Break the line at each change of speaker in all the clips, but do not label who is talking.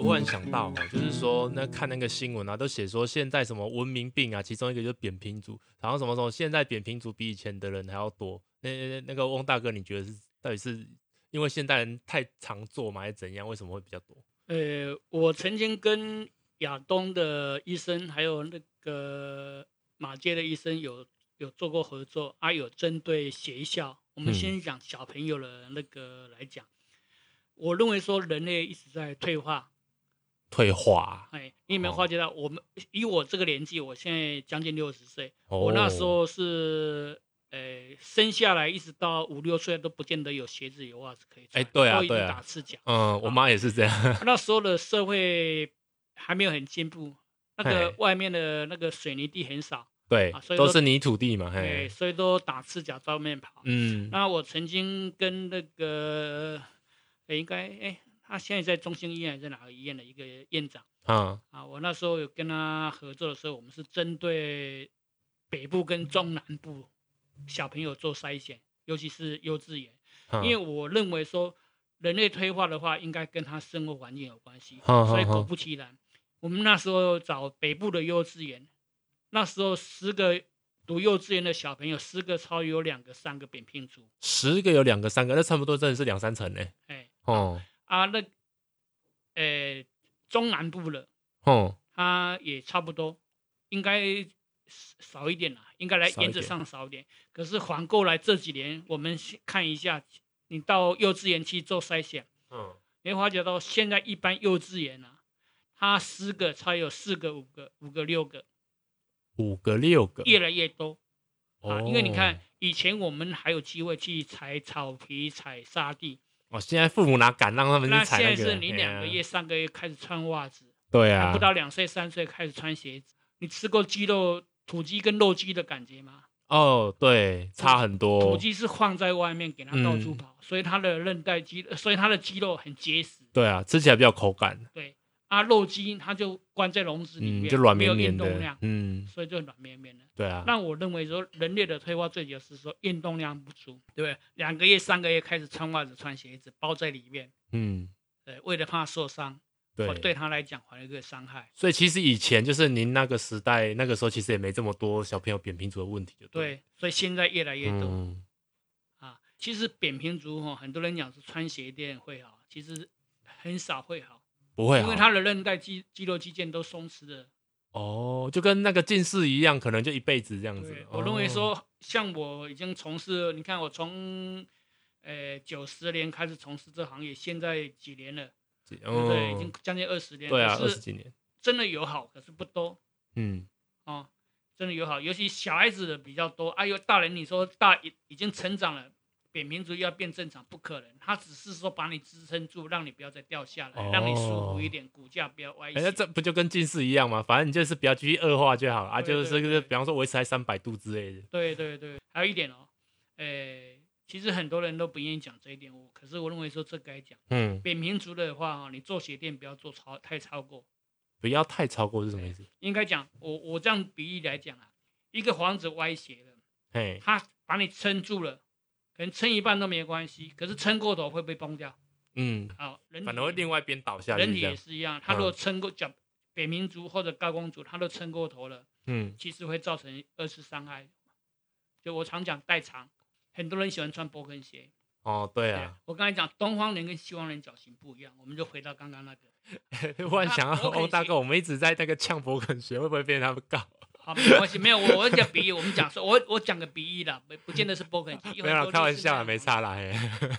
忽然想到哦，就是说那看那个新闻啊，都写说现在什么文明病啊，其中一个就是扁平足，然后什么什么，现在扁平足比以前的人还要多。那那那个翁大哥，你觉得是到底是因为现代人太常做吗，还是怎样？为什么会比较多？
呃，我曾经跟亚东的医生，还有那个马街的医生有有做过合作，啊，有针对学校，我们
嗯
先讲小朋友的那个来讲。我认为说人类一直在退化，
退化、
哎，你有没有
哦
发觉到？我们以我这个年纪，我现在将近六十岁，
哦
我那时候是，呃，生下来一直到五六岁都不见得有鞋子有袜子可以穿，
哎对啊
都已经
对啊
打赤脚。
嗯，我妈也是这样。
那时候的社会还没有很进步，那个
嘿
外面的那个水泥地很少，
对，
啊所以
都
说
是泥土地嘛，
哎、
嘿，
所以都打赤脚到外面跑。
嗯，
那我曾经跟那个，哎应该哎，他现在在中心医院还是哪个医院的一个院长
啊，
啊，我那时候有跟他合作的时候，我们是针对北部跟中南部小朋友做筛选，尤其是幼稚园。
啊
因为我认为说人类退化的话，应该跟他生活环境有关系，
好好
所以
好
果不其然，我们那时候找北部的幼稚园，那时候十个读幼稚园的小朋友，十个超有两个、三个扁平足，
十个有两个、三个，那差不多真的是两三层嘞。
哎
哦，
啊那，呃中南部了，
哦，
他也差不多，应该。少一点啦，应该来
少一
原则
点
上少一点。可是反过来这几年，我们先看一下，你到幼稚园去做筛选，
嗯，
你会发觉到现在一般幼稚园啊，他十个才有四个、五个、五个、六个，
五个、六个，
越来越多啊。
哦，
因为你看，，以前我们还有机会去踩草皮、踩沙地，
哦，现在父母哪敢让他们
那
去踩
现
那
在
个？
是你
哎
两个
呀
月、，三个月开始穿袜子，
对
还
啊，
不到两岁、三岁开始穿鞋子。你吃过鸡肉、土鸡跟肉鸡的感觉吗？
哦，对，差很多。
土鸡是放在外面给它到处
哦嗯
跑，所以它的韧带肌，所以它的肌肉很结实。
对啊，吃起来比较口感，
对啊，肉鸡它就关在笼子里
嗯，
面，
就软
没有
绵绵
运动
的
量，
嗯，
所以就软绵绵的。
对啊，
那我认为说，人类的退化最主要是说运动量不足，对不对？两个月、三个月开始穿袜子、穿鞋子，包在里面，
嗯，
呃，为了怕受伤，
对
哦对他来讲还有一个伤害。
所以其实以前就是您那个时代，那个时候其实也没这么多小朋友扁平足的问题，就了
对，所以现在越来越多、
嗯，
啊。其实扁平足哈，很多人讲是穿鞋垫会好，其实很少会好，
不会啊
因为
好
他的韧带肌、肌肉肌腱都松弛的。
哦，就跟那个近视一样，可能就一辈子这样子
对。，
哦
我认为，说，像我已经从事，你看我从，呃，九十年开始从事这行业，现在几年了。对不对？已
嗯
经将近二十年，
对啊，
可
二十
是
几年，
真的有好，可是不多
嗯，
哦，真的有好，尤其小孩子的比较多。哎呦，大人你说大已已经成长了，扁平足要变正常不可能，他只是说把你支撑住，让你不要再掉下来，让你舒服一点，骨架不要歪
哦哎、
斜。
那这不就跟近视一样吗？反正你就是不要继续恶化就好了啊，
对
就是
对
就是
对
比方说维持在三百度之类的。
对对对，还有一点哦，呃，其实很多人都不愿意讲这一点，我可是我认为说这该讲。
嗯，
扁平足的话哦，你做鞋垫不要做超太超过，
不要太超过是什么意思？
应该讲我我这样比喻来讲啊，一个房子歪斜了。
嘿，
它把你撑住了，可能撑一半都没关系，可是撑过头会被崩掉。
嗯，
好，人体
反而会另外一边倒下
人
去这
体也
样。嗯
是一样，它如果撑过脚，北民族或者高公族，它都撑过头了，
嗯，
其实会造成二次伤害。就我常讲代偿，很多人喜欢穿勃肯鞋。
哦，对
对
啊，
我刚才讲东方人跟西方人脚型不一样，我们就回到刚刚那个。
忽然想
那
到
勃肯
欧大
鞋
哥，啊我们一直在那个呛勃肯学，会不会被他们告？
好，没关系，没有我我讲比喻，我们讲说，我我讲个比喻啦，不不见得是勃肯 鞋。因
没
为
有
很
啦，
多
开玩
类似那
笑啦，
种
没
东西
差啦，嘿，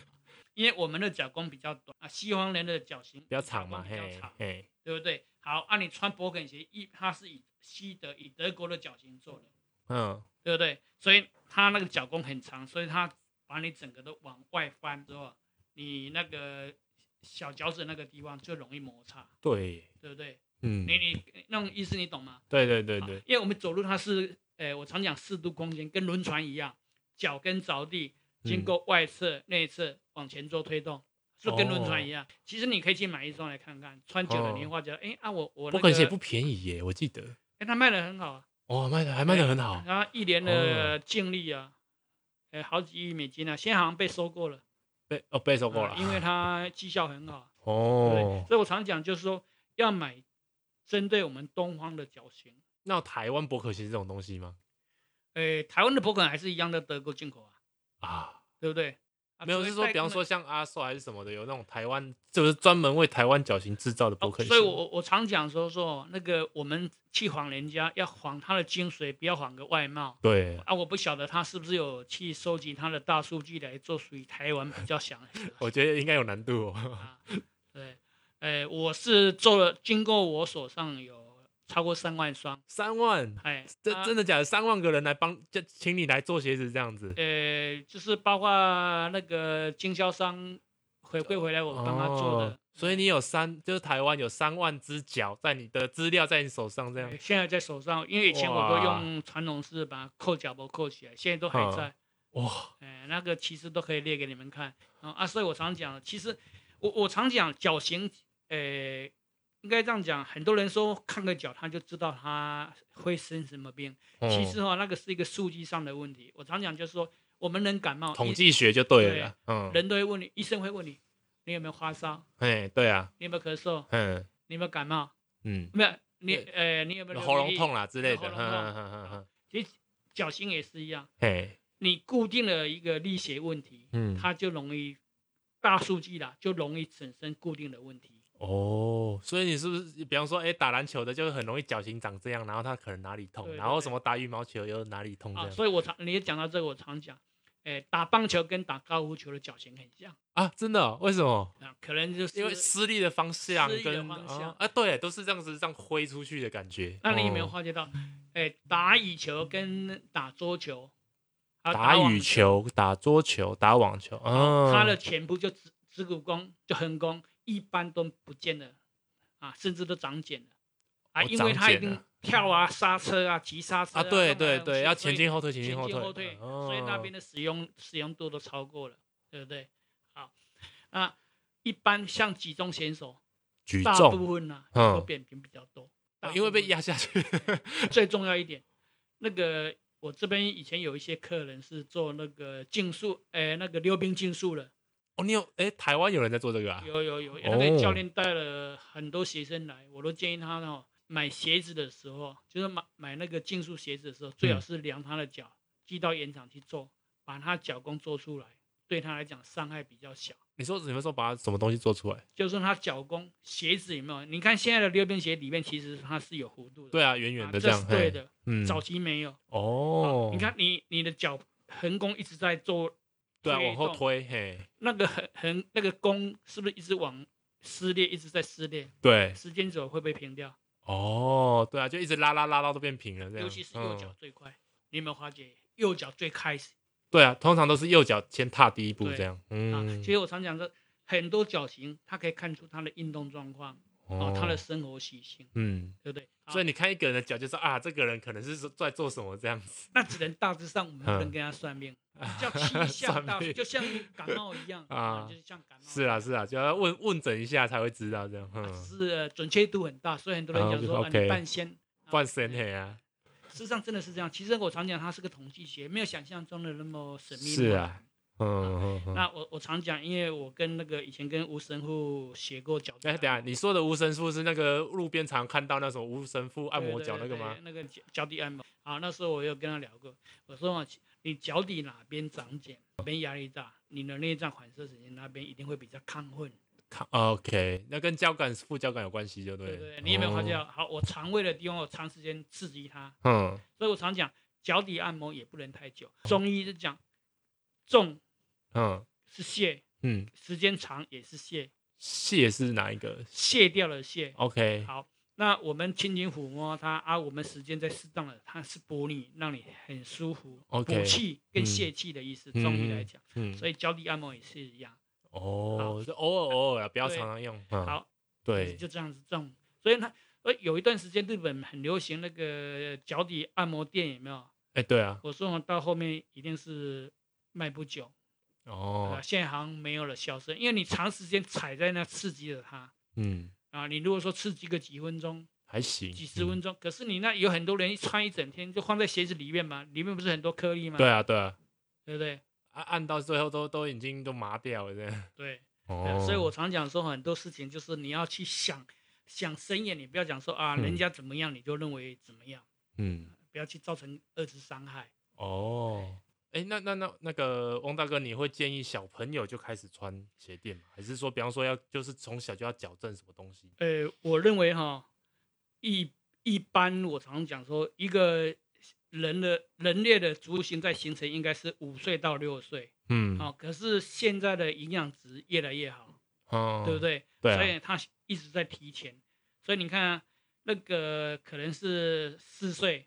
因为我们的脚弓比较短啊，西方人的脚型
比较长嘛，
比较
嘿
长，，
嘿，
对不对？好，啊，你穿勃肯鞋，一它是以西德以德国的脚型做的，
嗯，
对不对？所以它那个脚弓很长，所以它把你整个都往外翻之后，啊你那个小脚趾那个地方就容易摩擦，
对，
对不对？
嗯，
你你那种意思你懂吗？
对对对对
啊，因为我们走路它是，呃，我常讲四度空间，跟轮船一样，脚跟着地，经过外侧、内侧往前做推动，就跟轮船一样。其实你可以去买一双来看看，穿久了
哦
你会觉得，哎、啊，我我那
勃
个，
肯鞋不便宜耶，我记得，
哎，它卖的很好啊，
哦，卖的还卖的很好，
然后一
哦
年的净利啊，哎、好几亿美金啊，现在好像被收购了，
被哦被收购
啊
了，
因为它绩效很好。对不对
哦，
所以我常讲就是说，要买针对我们东方的脚型。
那有台湾伯克鞋这种东西吗？
诶，呃台湾的博肯还是一样的德国进口啊，
啊，
对不对？啊
没有，
除非
是说
代
比方
工的
说像阿寿还是什么的，有那种台湾就是专门为台湾脚型制造的伯
哦
克鞋。
所以我我我常讲说说那个我们去晃人家要晃他的精髓，不要晃个外貌
对，
啊！我不晓得他是不是有去收集他的大数据来做属于台湾比较详细的
我觉得应该有难度哦。
啊。对，呃，我是做了，经过我手上有超过三万双，
三万，
哎，
这
啊
真的假的？三万个人来帮，就请你来做鞋子这样子。
呃，就是包括那个经销商回馈回来，我帮他做的
哦。所以你有三，就是台湾有三万只脚在你的资料在你手上这样
对。现在在手上，因为以前我都
哇
用传统式把它扣脚脖扣起来，现在都还
嗯
在。
哇，
哎，那个其实都可以列给你们看啊啊！所以我常讲，其实我我常讲脚型，呃，应该这样讲，很多人说看个脚他就知道他会生什么病，其实
嗯
哦，那个是一个数据上的问题。我常讲就是说，我们人感冒，
哦统
医
计学就对了啦。嗯，
人都会问你，医生会问你，你有没有发烧？
哎，对啊，
你有没有咳嗽？
嗯
你有没有感冒？
嗯，
没有，你
对
呃，你有没有流
喉
鼻
咙
涕
痛？啦之类的。
喉
嗯
咙痛
嗯嗯嗯嗯，
其实脚型也是一样，
嘿，
你固定了一个力学问题，
嗯，
它就容易大数据啦，就容易产生固定的问题。
哦，所以你是不是比方说，哎，打篮球的就很容易脚型长这样，然后他可能哪里痛，
对
然后
对
什么打羽毛球又哪里痛这
啊，
样
所以我常你也讲到这个，我常讲，诶，打棒球跟打高尔夫球的脚型很像
啊？真的哦？为什么？
啊，可能就是
因为施力的方向
施力的
跟
方向
啊啊，对，都是这样子这样挥出去的感觉。
那你有没有
哦
发觉到，诶，打羽球跟打桌球，还有
打
网哦
羽，球、打桌球、打网球，嗯，
它的前部就指指骨弓就横弓一般都不见了啊，甚至都长茧了啊，
哦
因为
长
它一
茧
定
了
跳啊、刹车啊、急刹车
啊，对
干嘛
对
干嘛
对，要
去所
前
以
进后退，前
前
进后
进
退，嗯
后退，所以那边
的
的使用使用度都超过了，对不对？好，那一般像举重选手，
举
大
重，
部分呢、
嗯
都扁平比较多，大
啊因为被
部分。
压下去，
最重要一点，那个我这边以前有一些客人是做那个竞速，哎、那个溜冰竞速的，
哦，你有哎，台湾有人在做这个啊？
有有有，那个教
哦
练带了很多学生来，我都建议他哦，买鞋子的时候，就是买买那个竞速鞋子的时候，最好
嗯
是量他的脚，寄到原厂去做，把他脚弓做出来，对他来讲伤害比较小。
你说你们说把什么东西做出来？
就是说他脚弓鞋子有没有？你看现在的溜冰鞋里面其实它是有弧度的，
对啊，圆圆
啊，
的
这
样
是，对
嘿，
的。
嗯，
早期没有，
哦，
你，看你你的脚横弓一直在做，
对啊，往后
动
推，嘿，
那个横横那个弓是不是一直往撕裂，一直在撕裂？
对，
时间久了会被平掉。
哦，对啊，就一直拉拉拉到都变平了，这样，
尤其是右脚
嗯，
最快。你有没有发觉右脚最开始
对啊，通常都是右脚先踏第一步
对
这样，
啊？
嗯，
其实我常讲说，很多脚型它可以看出他的运动状况哦，他的，生活习性，
嗯。
对不对？啊
所以你看一个人的脚，就说啊，这个人可能是说在做什么这样子
那只能大致上我们不能
嗯
跟他算命，叫七
算
项大
命
就像感冒一 样
啊
就是像感冒
是啊，是啊，就要问问诊一下才会知道这样。
啊
嗯，
只是呃准确度很大，所以很多人
啊
讲说啊，
，OK
你半仙啊
换身体啊，
事实上真的是这样。其实我常讲，它是个统计学，没有想象中的那么神秘。
是啊。嗯嗯嗯。
那我我常讲，因为我跟那个以前跟吴神父学过脚。
哎，等一下，你说的无神父是那个路边常看到那种无神父按摩脚那个吗
对对对？那个脚脚底按摩。啊，那时候我有跟他聊过，我说嘛你脚底哪边长茧，哪边压力大，你的内脏反射神经那边一定会比较亢奋，
看 OK，那跟交感副交感有关系，就
对
对
不
了。
对？你有没有发啊觉
哦？
到？好，我肠胃的地方，我长时间刺激它，
嗯，
所以我常讲脚底按摩也不能太久。中医是讲重
嗯
是泻，
嗯，
时间长也是泻，
蟹是哪一个
泻掉了泻。
？OK，
好，那我们轻轻抚摸它啊，我们时间在适当的，它是补你，让你很舒服
OK，
补气跟
嗯
泄气的意思。
嗯
中医来讲，
嗯，
所以脚底按摩也是一样。
哦，就偶尔偶尔啊，不要
对
常常用。嗯，
好，
对，
就这样子这种。所以呢，呃，有一段时间日本很流行那个脚底按摩店，有没有？
哎，对啊，
我说我到后面一定是卖不久，
哦
啊，，现在好像没有了消声，因为你长时间踩在那刺激了它
嗯，
啊。你如果说刺激个几分钟，
还行，
几十
嗯
分钟。可是你那有很多人一穿一整天就放在鞋子里面嘛，里面不是很多颗粒吗？
对啊，对啊，
对不对？
按按到最后都都已经都麻掉了这样。
对，对
哦
啊所以我常讲说很多事情就是你要去想想深远，你不要讲说啊，
嗯
人家怎么样你就认为怎么样，
嗯，
不要去造成二次伤害。
哦，哎，那那那那个翁大哥，你会建议小朋友就开始穿鞋垫吗？还是说，比方说要就是从小就要矫正什么东西？
呃，我认为哈，一一般我常讲说，一个人的人类的族形在形成应该是五岁到六岁，
嗯
好、可是现在的营养值越来越好，
哦
对不？对？
对
所
啊，
以他一直在提前，所以你看、啊、那个可能是四岁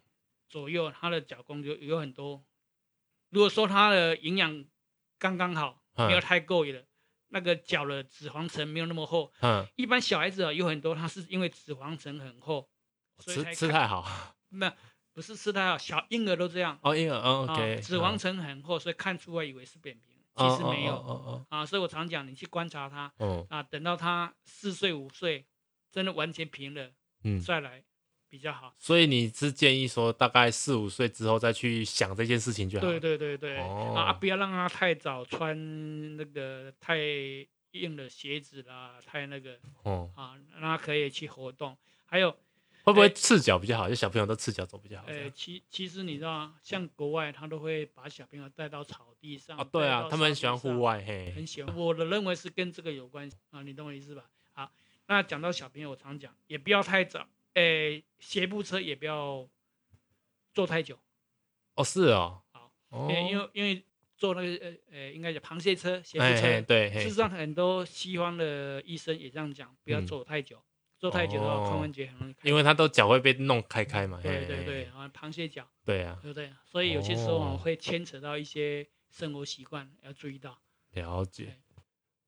左右，他的脚弓就有很多。如果说他的营养刚刚好，没有
嗯
太过于了，那个脚的脂肪层没有那么厚，
嗯，
一般小孩子啊，有很多他是因为脂肪层很厚，所以才
吃吃
看
太好
没有不是吃太好，小婴儿都这样。
哦，因为嗯，OK，
啊，脂肪
嗯
层很厚，所以看出来以为是扁平，
哦
其实没有、
哦哦
啊。所以我常讲，你去观察他
哦哦，
啊，等到他四岁五岁，真的完全平了
嗯嗯，
再来比较好。
所以你是建议说，大概四五岁之后再去想这件事情就好了。
对对对对、
哦
啊，不要让他太早穿那个太硬的鞋子啦，太那个
哦，
啊，让他可以去活动。还有
会不会
哎
赤脚比较好？就小朋友都赤脚走比较好这
呃，
样。
其其实你知道吗，像国外他都会把小朋友带到草地上
啊，对
带
啊
到，
他们很
沙地
喜欢户
上，
外，嘿，
很喜欢。我的认为是跟这个有关系啊，你懂我意思吧？好，那讲到小朋友，我常讲，也不要太早，诶，斜步车也不要坐太久，
哦，是哦，
啊好
哦
因为因为因为坐那个呃呃，应该叫螃蟹车、斜
哎
步
嘿
车。
对，
事
嘿
实上，很多西方的医生也这样讲，不要
嗯
坐太久，坐太久的话，
哦
髋关节很容易开。
因为他都脚会被弄开开嘛，
对
嘿
对
嘿
对，
嘿
啊，螃蟹脚。
对啊，
对不对？所以有些时候
哦
啊会牵扯到一些生活习惯，要注意到。
了解
对。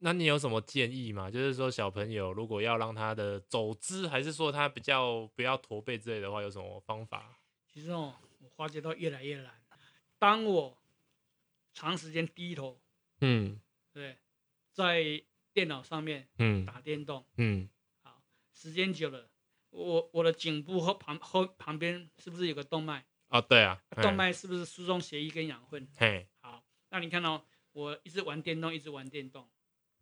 那你有什么建议吗？就是说小朋友如果要让他的走姿，还是说他比较不要驼背之类的话，有什么方法？
其实哦，我发觉到越来越懒。当我长时间低头，
嗯
对，在电脑上面
嗯
打电动，
嗯，
好，时间久了，我我的颈部后旁后旁边是不是有个动脉？
哦，对啊，
动
嗯
脉是不是疏松血液跟养分？
嘿，
好，那你看哦，我一直玩电动，一直玩电动，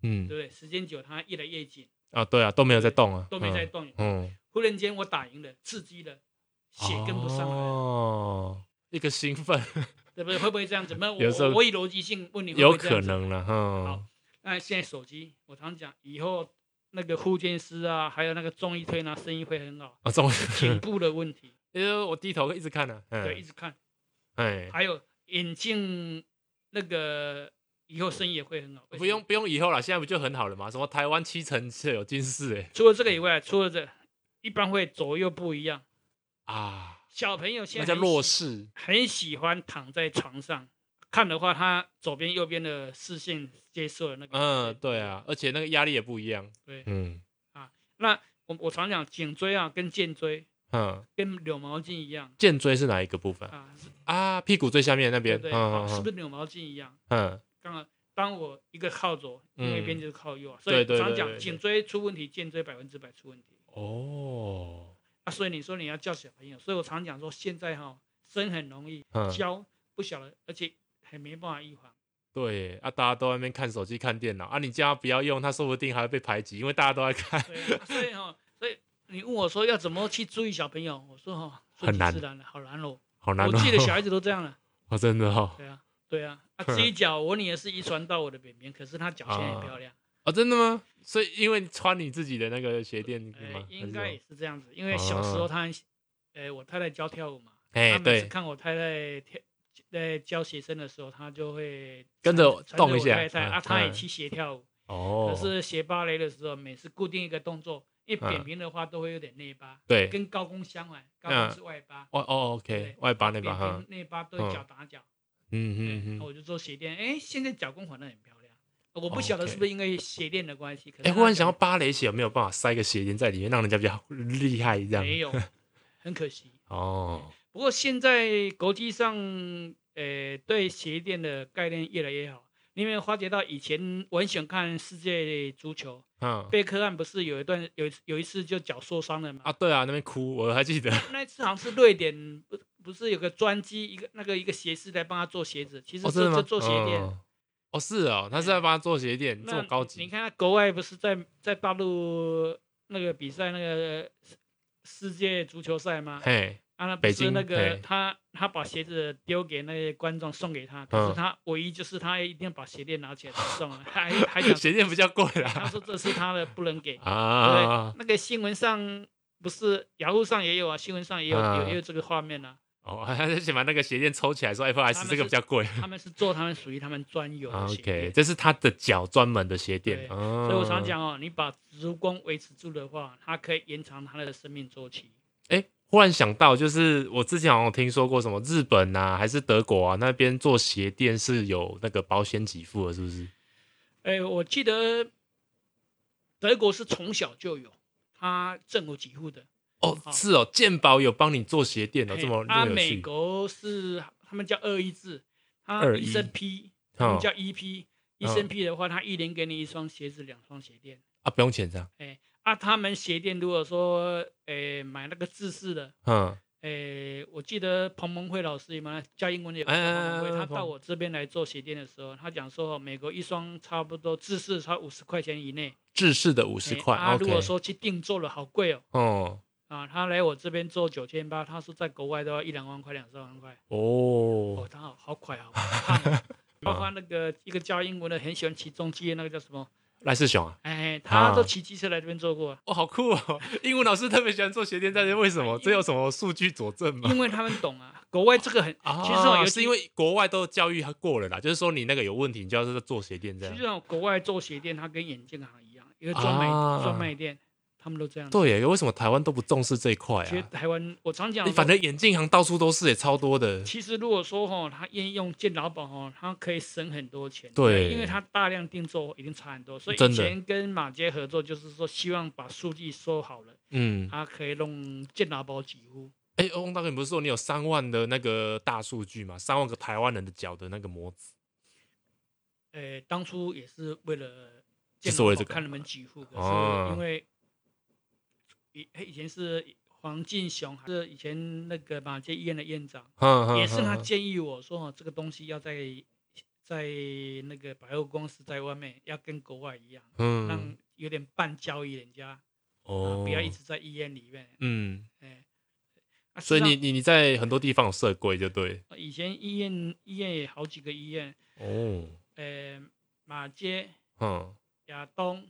对
嗯
不，对？时间久，它越来越紧，
啊，对啊，都没有在动啊，
都没
嗯
在，动。
嗯，
忽然间我打赢了，刺激了，血跟不上来了。
哦，一个兴奋，
对不对？会不会这样子？没有，
有时候
我我以逻辑性问你会不
有
会这样
可
子。
能了，嗯
好，那现在手机，我常讲，以后那个护健师啊，还有那个中医推拿，生意会 很好。
啊，中，
颈部的问题，
因为我低头一直看呢、啊，
对，一
嗯，
直看，
哎，
还有眼镜那个，以后生意也会很好。为什么
不用，不用以后啦，现在不就很好了嘛？什么台湾七成是有近视哎、
除了这个以外，除了这，一般会左右不一样。
啊，
小朋友现
那
在
叫
很
弱
喜，
视
很喜欢躺在床上看的话，他左边右边的视线接受了那个。
嗯，对啊，而且那个压力也不一样，
对
嗯
那我我常讲颈椎啊，跟肩椎
嗯，
跟扭毛巾一样
颈椎是哪一个部分
啊，是
啊？屁股最下面那
对
边，
不对？啊
嗯
是
嗯
不是扭毛巾一样？
嗯，
刚刚当我一个靠左，
嗯
另外一边就是靠右啊，所
对
以
对
常
对对
讲
对
颈椎出问题，肩椎百分之百出问题
哦，
啊。所以你说你要教小朋友，所以我常讲说现在哈生很容易
嗯，
教不晓得，而且还没办法预防。
对耶啊，大家都在那边看手机、看电脑啊，你叫他不要用，他说不定还会被排挤，因为大家都在看。
对啊，所以哈， 所以你问我说要怎么去注意小朋友，我说哈，顺
很
其
难
自然了，好难哦。
好难
我
哦，
自己的小孩子都这样了。
哦，真的哦，
对啊，对啊，啊，这一脚我女儿是遗传到我的扁扁，可是她脚现在也漂亮，
哦，真的吗？所以因为你穿你自己的那个鞋垫
呃
吗？，还
应
是
该
什
也
么哦
是这样子，因为小时候她很喜，呃，我太太教跳舞嘛，
哎，
她每次
对，
看我太太跳。在教学生的时候，她就会
跟着
缠
动
我
一下
太太
嗯
啊，她也
嗯
去学跳舞，
哦
可，是学芭蕾的时候，每次固定一个动作，因为扁
嗯
平的话都会有点内八，
对，
跟高弓相反，高
嗯
弓是外八，
哦哦，OK，
对
外八那
扁
把哈嗯
平，内八都会脚打脚。
嗯嗯
对然
嗯，
后我就做鞋垫，哎，现在脚弓反而很漂亮。我不晓得
OK
是不是因为鞋垫的关系，可是
哎，
它
忽然
脚
想到芭蕾鞋有没有办法塞个鞋垫在里面，让人家比较 厉害这样？
没有，很可惜。
哦，
不过现在国际上，呃，对鞋垫的概念越来越好。你有没有发觉到以前我很喜欢看世界足球，
嗯
贝克汉不是有一段有一有一次就脚受伤了嘛？
啊，对啊，那边哭，我还记得，
那一次好像是瑞典，不不是有个专机一个那个一个鞋师来帮他做鞋子，其实
哦，
这
真的吗？
这做鞋垫。
嗯。哦，是哦，他是在帮他做鞋垫，这
那
么高
你
级，
看，国外不是在在大陆那个比赛那个世世界足球赛吗？
嘿，
啊，那不
北
是那
京
个
嘿
他他把鞋子丢给那些观众送给他，可
嗯
是他唯一就是他一定要把鞋垫拿 起来才送了，还还想
鞋垫比较贵
他
啦。
说这是他的不能给，对
啊，，
那个新闻上不是雅虎上也有啊，新闻上也有
啊
有也有这个画面啊。
哦，他就先把那个鞋垫抽起来，说 F
他
S
们
这个比
是
较贵。
他们是做他们属于他们专有的鞋
啊 OK，嗯
垫。
这是他的脚专门的鞋垫
对。
所
所以我常，讲哦，你把足弓维持住的话，它可以延长它的生命周期。
哎，忽然想到，就是我之前好像有听说过什么日本啊，还是德国啊，那边做鞋垫是有那个保险给付的，是不是？
哎，我记得德国是从小就有，它政府给付的。
哦，
好
是哦，健保有帮你做鞋垫哦，这么
啊，
这么有
美
趣。
国是他们叫二一制，他
二
医
一
生批，他
哦
们叫 EP，医生批的话，他一年给你一双鞋子，两双鞋垫。
啊，不用钱这样。
哎，啊，他们鞋垫如果说，哎，买那个制式的，
嗯，
诶，我记得彭蒙慧老师嘛，教英文的有个
哎
彭
哎
蒙慧，
哎哎
他
彭
到我这边来做鞋垫的时候，他讲说，美国一双差不多制式才五十块钱以内，
制式的五十
哎
块。
啊，
OK
如果说去定做了，好贵哦。
哦
啊，他来我这边做九千八，他说在国外都要一两万块、两三万块。哦
哦，，
他好好快啊，好胖哦包括那个一个教英文的，很喜欢骑重机的那个叫什么？
赖世雄啊，
哎，他都
啊
骑机车来这边做 过啊，
哦，好酷哦！英文老师特别喜欢做鞋垫，但是为什么？这有什么数据佐证吗？
因为他们懂啊，国外这个很，
啊，
其实哦，尤
是
其
因为国外都教育他过了啦，就是说你那个有问题，你就要是做鞋垫这
其实
样。
哦，国外做鞋店，它跟眼镜行一样，一个专卖
啊
专卖店，他们都这样。，
对耶，为什么台湾都不重视这一块
其实
啊？
台湾我常讲
你
说，
反正眼镜行到处都是，也超多的。
其实如果说哈、他愿意用健劳保哈、他可以省很多钱。
对
因为他大量定做一定差很多，所以
真
以
的
前跟马街合作，就是说希望把数据收好了，
嗯，
他可以弄健劳保几乎。
哎，翁大哥，你不是说你有三万的那个大数据吗？三万个台湾人的脚的那个模子。
呃，当初也是为了
就
健
是
劳
为了
保
这个
看能不能给付，可
哦
是因为以以前是黄进雄，还是以前那个马街医院的院长。
哼哼
也是他
哼
建议我说，哦，这个东西要在在那个百货公司在外面要跟国外一样，
嗯
让有点半交易人家，啊
哦
不要一直在医院里面。
嗯，
哎，啊
所以
事实
你你你在很多地方有设柜就对
上以前医院医院也好几个医院，
哦，
呃，马街、
嗯，
亚东、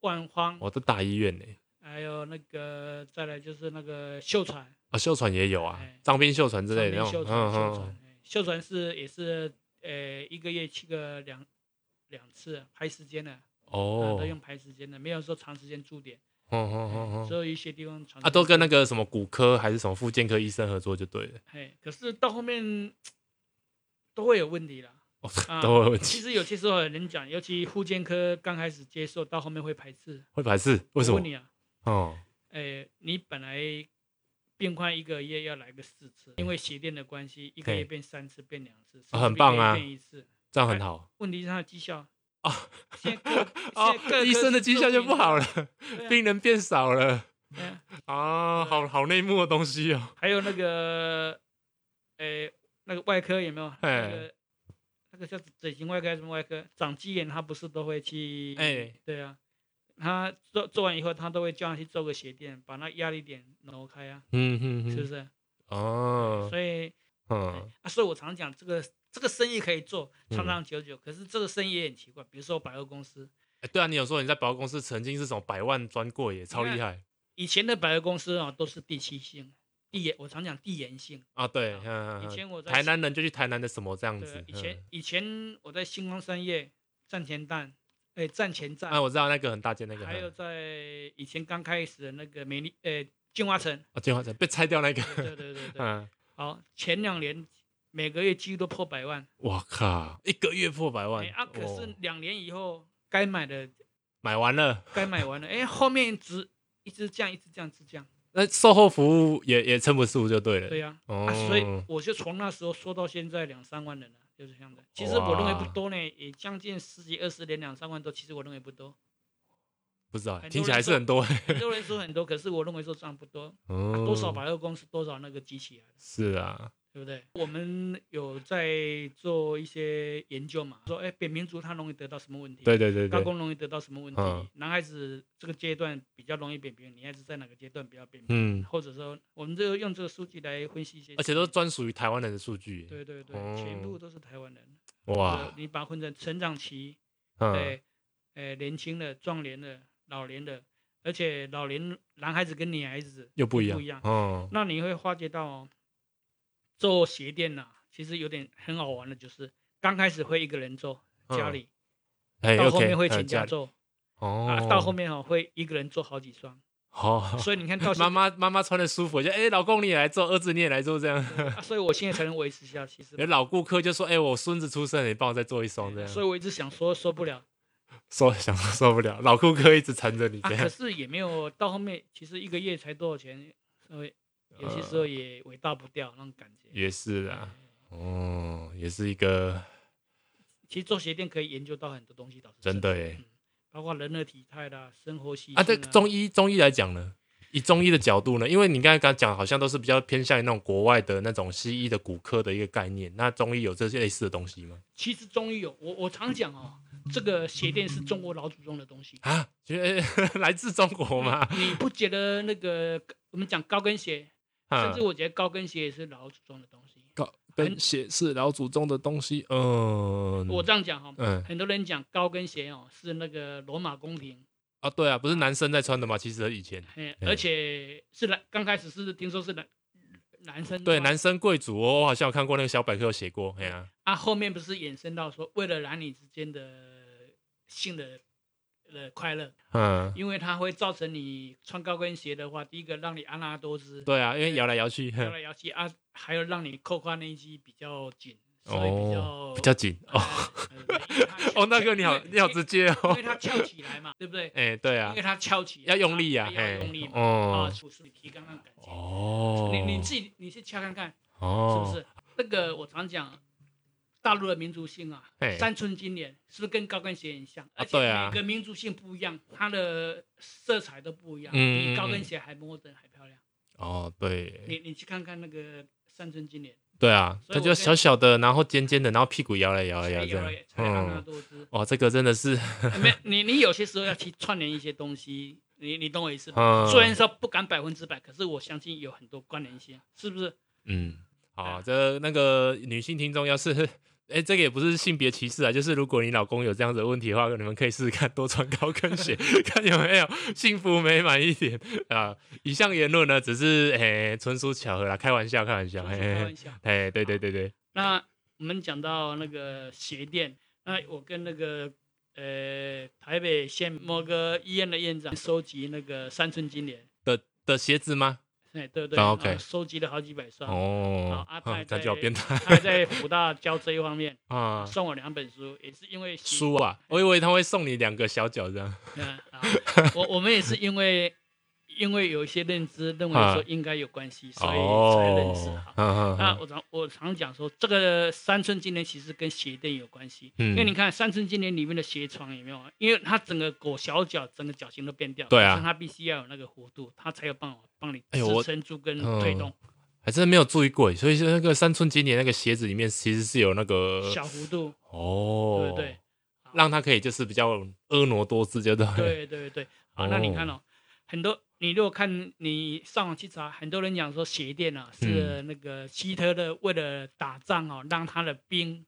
万方，
我的大医院呢、
还有那个再来就是那个秀传，
啊，秀传也有啊
哎，
张斌秀传之类的那
上
种，嗯
林秀传、秀传
嗯，
哎秀传是也是呃一个月去个两两次，排时间的。啊，
哦
都，用排时间的，没有说长时间驻点，
嗯嗯嗯嗯，
所以一些地方长时
啊，
间
都跟那
驻
个什么骨科还是什么复健科医生合作就对了，
点嘿，可是到后面都会有问题啦。
哦
啊，
都会问
其
题，
实有些时候很难讲，尤其护健科刚开始接受，到后面会排斥。
会排斥，为什
我
么
问？你啊，
哦，
哎，你本来病患一个月要来个四次，因为鞋垫的关系，一个月
嘿
变三次，变两次，甚
啊
至
很
一个
棒
月
啊
变一次。
这样很好
问题是他的绩效
啊，
现在各
哦
现在各，
医
科
生的
是
绩
都
效
不
就
一
不好
样
了，
对啊
病人变少了
对啊
啊，好好内幕的东西哦，
还有那个，诶、那个外科有没有？那
哎
个那个叫整形外科还是什么外科？长肌炎他不是都会去？
哎
对啊，他做做完以后，他都会叫他去做个鞋垫，把那压力点挪开啊，
嗯 嗯
是不
嗯，
是？
哦，
所以、
嗯，
啊，所以我常讲这个这个生意可以做
嗯
长长久久，可是这个生意也很奇怪。比如说百货公司，
哎对啊，你有说你在百货公司曾经是什么百万专柜耶，超厉害
以前的百货公司啊都是地区性。地缘，我常讲地缘性。
啊，对，
啊
嗯，嗯
以
嗯
前我在
台南人就去台南的什么这样
对
子嗯
啊，，以前以前我在星光三业站前站，哎、站前站，
嗯，啊，我知道那个很大间那个，
还有
嗯
在以前刚开始的那个美丽，呃、进化城，
啊，金华城被拆掉那个，
对对对对对。
嗯，
好，前两年每个月几乎都破百万，
我靠，一个月破百万
哎啊，可是
哦
两年以后该买的
买完了，
该买完了，哎、后面只一直降，一直降，一直降，
那售后服务也也撑不住就对了，
对呀、
哦
啊，所以我就从那时候说到现在两三万人了。就是这样的，其实我认为不
哇
多呢，也将近十几二十年两三万多，其实我认为不多。
不知道
很多
听起来
人
是很多，
很多人说很多，可是我认为说这样不多。啊
哦
多少百货公司多少那个机器啊？
是啊，
对不对？我们有在做一些研究嘛，说哎，扁民族他容易得到什么问题？
对对对
高
对，
工容易得到什么问题？
嗯
男孩子这个阶段比较容易扁平，女孩子在哪个阶段比较扁平？
嗯，
或者说，我们这个用这个数据来分析一些，
而且都专属于台湾人的数据，
对对对，
哦
全部都是台湾人。
哇
呃，你把它分成成长期，
嗯，
哎、哎，年轻的、壮年的、老年的，而且老年男孩子跟女孩子
又不一样，
又不一样
嗯，
那你会发觉到、哦，做鞋店呐、其实有点很好玩的，就是刚开始会一个人做家里，
哎嗯
到
OK，
后面会请
嗯
假
家里
做、
哦
啊，，到后面哦会一个人做好几双，
好，
所以你看到
妈妈妈妈穿的舒服，就哎，老公你也来做，儿子你也来做，这样，
现在、 啊所以我现在才能维持下去，是
有
吧？
老顾客就说，哎，我孙子出生，你帮我再做一双，这
所
样，
以我一直想说说不了
受 想受不了，老顾客一直缠着你
啊，
这
可
样，
是也没有到后面，其实一个月才多少钱，所以有些
呃
时候也伟大不掉那种感觉。
也是啦，哦，也是一个
其实做鞋店可以研究到很多东西，倒是
真
的，
的耶。
包括人的体态啦、生活习性
啊，对中医中医来讲呢，以中医的角度呢，因为你刚才刚讲好像都是比较偏向于那种国外的那种西医的骨科的一个概念，那中医有这些类似的东西吗？
其实中医有我，我常讲哦，这个鞋垫是中国老祖宗的东西。
啊，觉得、 来自中国吗？
你不觉得那个我们讲高跟鞋， 甚
啊
至，我觉得高跟鞋也是老祖宗的东西。
高跟鞋是老祖宗的东西，嗯，
我这样讲哈、哦，
嗯
很多人讲高跟鞋哦是那个罗马宫廷，
啊，对啊，不是男生在穿的吗？其实以前
嘿
嗯
而且是男，刚开始是听说是男男生
对
穿
男生贵族哦，我好像有看过那个小百科有写过，哎呀、
啊，后面不是衍生到说为了男女之间的性的的快乐，
嗯，
因为它会造成你穿高跟鞋的话，第一个让你安拉多姿，
对啊，因为摇来摇去，
摇
哼
来摇去啊，还有让你扣胯内肌比较紧，所以比较、
哦，比较紧哦，
呃。呃
哦，那个你好你好直，接
因为它翘
哦
因为因为，它翘起来嘛，对不对？
哎、对啊
因为，它翘起来，
要用力啊，
它要
嘿
用力嘛，啊，
哦
处是提肛那种感觉。
哦，
你你自己你去掐看看，是
哦，
不是？那个我常讲，大陆的民族性啊
嘿，
三寸金莲是不是跟高跟鞋很像？而且
对啊
每个民族性不一样，它的色彩都不一样，
嗯
比
嗯
高跟
嗯
鞋还 modern 还漂亮。
哦，对，
你你去看看那个三寸金莲，
对啊，
所
它
以我
就
跟
小小的，然后尖尖的，然后屁股摇来摇
才
来摇这
有了
样，
才让
哎
它
嗯，
多姿。
哇，这个真的是，
没，你你有些时候要去串联一些东西，你你懂我意思吗？
嗯，
虽然说不敢百分之百，可是我相信有很多关联性，啊是不是？
嗯，好，
啊
这那个女性听众要是。 哎，这个也不是性别歧视啊，就是如果你老公有这样子的问题的话，你们可以试试看多穿高跟鞋， 看有没有幸福美满一点啊。以上言论呢，只是哎纯属巧合啦，开玩笑，开玩笑，
纯
嘿
属
嘿
开
嘿
玩笑。啊
哎，对对对对，
那我们讲到那个鞋店，那我跟那个呃台北县某个医院的院长收集那个三寸金莲，
的的鞋子吗？
哎，对不对？
啊，OK
然后收集了好几百双。
哦
好，啊
哼
拜
感
拜
觉好变态
他在福大教这一方面，
啊！
送我两本书，也是因为喜
书啊，我以为他会送你两个小脚这样。
嗯，好我我们也是因为因为有一些认知，认为说应该有关系，所以才认识好。
啊哦嗯
那
嗯
我常我常讲说，这个三寸金莲其实跟鞋垫有关系，
嗯
因为你看三寸金莲里面的鞋床有没有啊？因为它整个裹小脚，整个脚型都变掉，
对啊
可是它必须要有那个弧度，它才有办法帮你
哎呦我
支撑住跟推动、
还真没有注意过，所以是那个三寸金莲那个鞋子里面其实是有那个
小弧度，
哦，
对不对？啊
让它可以就是比较婀娜多姿，就对了。
对对对，好，那你看哦，很多你如果看你上网去查，很多人讲说鞋垫啊是
嗯
那个希特勒为了打仗哦，让他的兵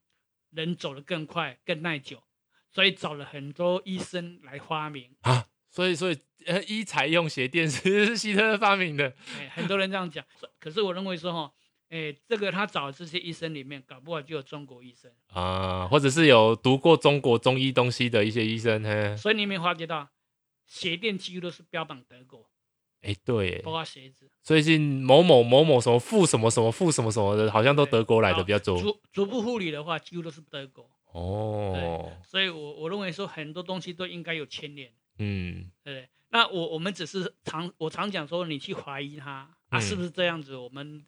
人走得更快、更耐久，所以找了很多医生来发明。
啊，所以所以呃，一采用鞋垫其实是希特勒发明的。
哎，很多人这样讲，可是我认为说哈、哦，哎，这个他找的这些医生里面，搞不好就有中国医生，
啊，或者是有读过中国中医东西的一些医生，嘿，
所以你有没有发觉到？鞋垫几乎都是标榜德国，
哎，对耶
包，括鞋子。
最近某某某某什么副什么什么副什么什么的，好像都德国来的比较多。
足足部护理的话，几乎都是德国。
哦，
所以我我认为说很多东西都应该有牵连，
嗯，
对不对？那我我们只是常我常讲说，你去怀疑他啊，
嗯
是不是这样子？我们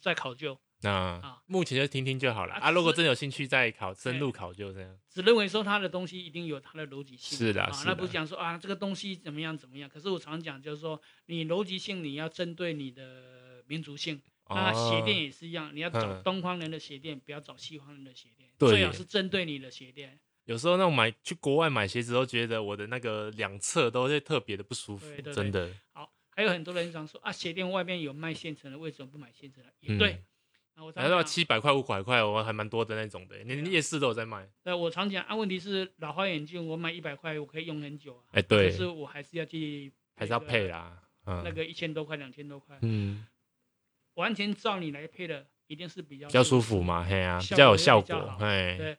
在考究，
那
啊
目前就听听就好了
啊
啊。如果
是
真有兴趣，再考深
哎
入考究这样。
只认为说他的东西一定有它的逻辑性。
是啦
啊
是，啦
那不是讲说啊这个东西怎么样怎么样？可是我常讲就是说，你逻辑性你要针对你的民族性，那
哦
鞋垫也是一样，你要找
嗯
东方人的鞋垫，不要找西方人的鞋垫，
对
最好
耶
是针对你的鞋垫。
有时候那种买去国外买鞋子，都觉得我的那个两侧都会特别的不舒服
对，对
真的。
好，还有很多人常说啊，鞋店外面有卖现成的，为什么不买现成的？也
嗯
对。啊，我常
还要
讲，
七百块、五百块，我还蛮多的那种的，连
对啊
夜市都有在卖。
对，我常讲啊，问题是老花眼镜，我买一百块，我可以用很久啊，
哎，
可
对，
是我还是要去
还是要
个
配啦。嗯，
那个一千多块、两千多块，
嗯，
完全照你来配的，一定是比较
比较舒
服。
服嘛，嘿啊，比
效
较
果
有
会
效
比较
果，
好
嘿，
对，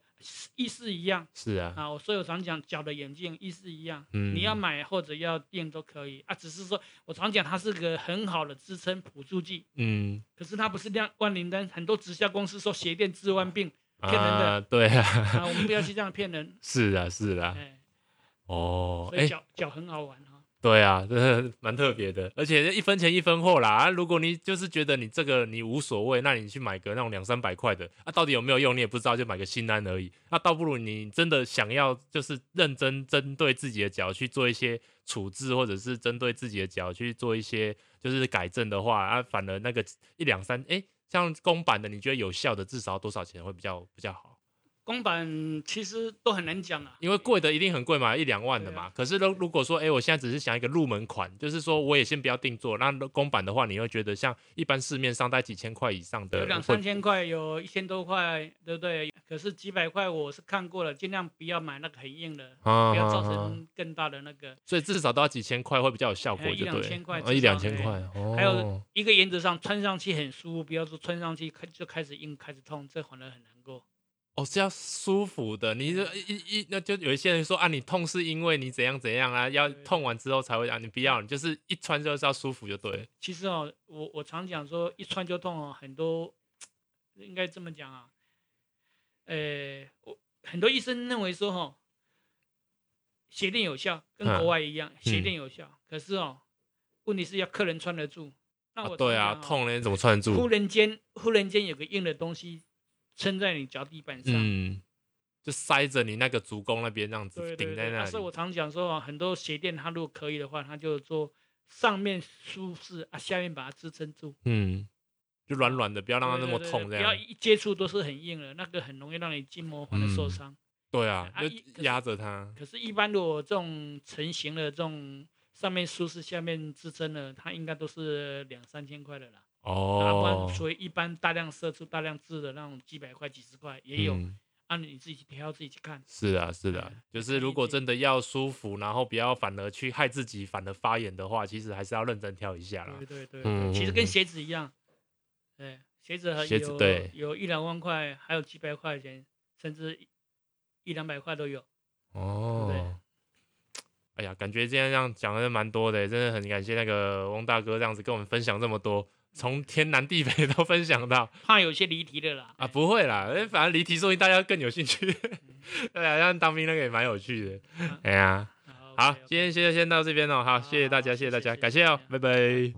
意思一样
是啊，
啊，我所以我常讲脚的眼镜意思一样，
嗯，
你要买或者要垫都可以啊，只是说我常讲它是个很好的支撑辅助剂，
嗯
可是它不是量万灵丹，很多直销公司说鞋垫治万病骗人的
啊，对啊，
啊，我们不要去这样骗人，
是啊，是 啊，
哎，
哦，
所
哎
以，脚脚很好玩哈，
对啊， 真的蛮特别的，而且一分钱一分货啦。啊如果你就是觉得你这个你无所谓，那你去买个那种两三百块的，啊，到底有没有用你也不知道，就买个心安而已。那倒不如你真的想要就是认真针对自己的脚去做一些处置，或者是针对自己的脚去做一些就是改正的话，啊，反而那个一两三，哎，像公版的，你觉得有效的至少多少钱会比较比较好？
公版其实都很难讲啊，
因为贵的一定很贵嘛，一两万的嘛。可是如如果说，哎、我现在只是想一个入门款，就是说我也先不要定做。那公版的话，你会觉得像一般市面上在几千块以上的
有
会，
啊两三千块，有一千多块，对不对？可是几百块我是看过了，尽量不要买那个很硬的，
啊，
不要造
啊啊
成更大的那个。
所以至少都要几千块会比较有效果，
哎
就
一
对
两千块
了，
至
啊一两
少
千
哎
块。哦，
还有一个原则上，穿上去很舒服，不要说穿上去开就开始硬，开始痛，这反而很难过。
哦是要舒服的，你这一一那就有一些人说啊，你痛是因为你怎样怎样啊，要
对
痛完之后才会啊，你不要，你就是一穿就是要舒服就对了。
其实哦，我我常讲说，一穿就痛哦，很多应该这么讲啊，呃，我很多医生认为说哦，鞋垫有效，跟
嗯
国外一样，鞋
嗯
垫有效，可是哦，问题是要客人穿得住。那
啊
我、哦
对啊，。痛了你怎么穿得
忽
住？
然间，忽然间有个硬的东西撑在你脚底板上，
嗯，就塞着你那个足弓那边这样子
对对
顶
对，
在那
但
里。
是我常讲说啊，很多鞋垫它如果可以的话，它就做上面舒适啊，下面把它支撑住，
嗯，就软软的，不要让它那
对
么
对对
痛，这
不要
样。
一接触都是很硬的，那个很容易让你筋膜反而受
嗯
伤。
对啊，
啊
就
一可是
压着它。
可是，一般如果这种成型的这种上面舒适、下面支撑的，它应该都是两三千块的啦。啊，不
哦
然，所以一般大量射出、大量制的那种几百块、几十块也有，
嗯
按你自己去挑、自己去看。
是啊，是啊
嗯，
就是如果
理解
真的要舒服，然后不要反而去害自己，反而发炎的话，其实还是要认真挑一下啦
对。对对，
嗯
其实
嗯
跟
嗯
鞋子一样，对，鞋子还
鞋子
有
对
有一两万块，还有几百块钱，甚至一一两百块都有。
哦，哎呀，感觉今天这样讲的蛮多的，欸真的很感谢那个翁大哥这样子跟我们分享这么多，从天南地北 都分享到。
怕有些离题的啦，
啊，
哎
不会啦，哎反正离题，说明大家更有兴趣。 对啊，像当兵那个也蛮有趣的
嗯。
哎呀，
好
好
OK，OK，
今天先先到这边哦，好，谢谢大家，
好
谢谢大家，
谢谢
感谢哦，
谢
拜
谢
拜。